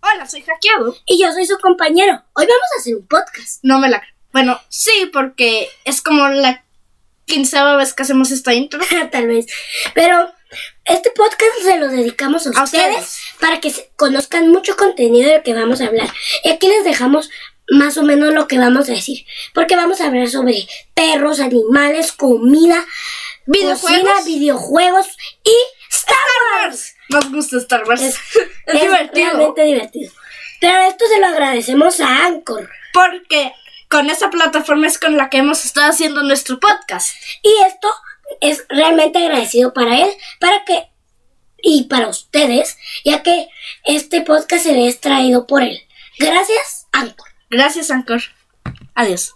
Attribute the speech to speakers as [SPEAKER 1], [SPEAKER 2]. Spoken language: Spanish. [SPEAKER 1] hola, soy hackeado.
[SPEAKER 2] Y yo soy su compañero. Hoy vamos a hacer un podcast.
[SPEAKER 1] No me la creo. Bueno, sí, porque es como la quinceava vez que hacemos esta intro.
[SPEAKER 2] Tal vez. Pero este podcast se lo dedicamos a,
[SPEAKER 1] A
[SPEAKER 2] ustedes,
[SPEAKER 1] ustedes.
[SPEAKER 2] para que se- conozcan mucho contenido del que vamos a hablar. Y aquí les dejamos más o menos lo que vamos a decir. Porque vamos a hablar sobre perros, animales, comida,
[SPEAKER 1] Videojuegos.
[SPEAKER 2] cocina, videojuegos y Star Wars.
[SPEAKER 1] Nos gusta Star Wars.
[SPEAKER 2] Es-
[SPEAKER 1] Es,
[SPEAKER 2] Es
[SPEAKER 1] divertido.
[SPEAKER 2] realmente divertido. Pero esto se lo agradecemos a Anchor.
[SPEAKER 1] Porque con esa plataforma es con la que hemos estado haciendo nuestro podcast.
[SPEAKER 2] Y esto es realmente agradecido para él, para que y para ustedes, ya que este podcast se ve extraído por él. Gracias, Anchor.
[SPEAKER 1] Gracias, Anchor. Adiós.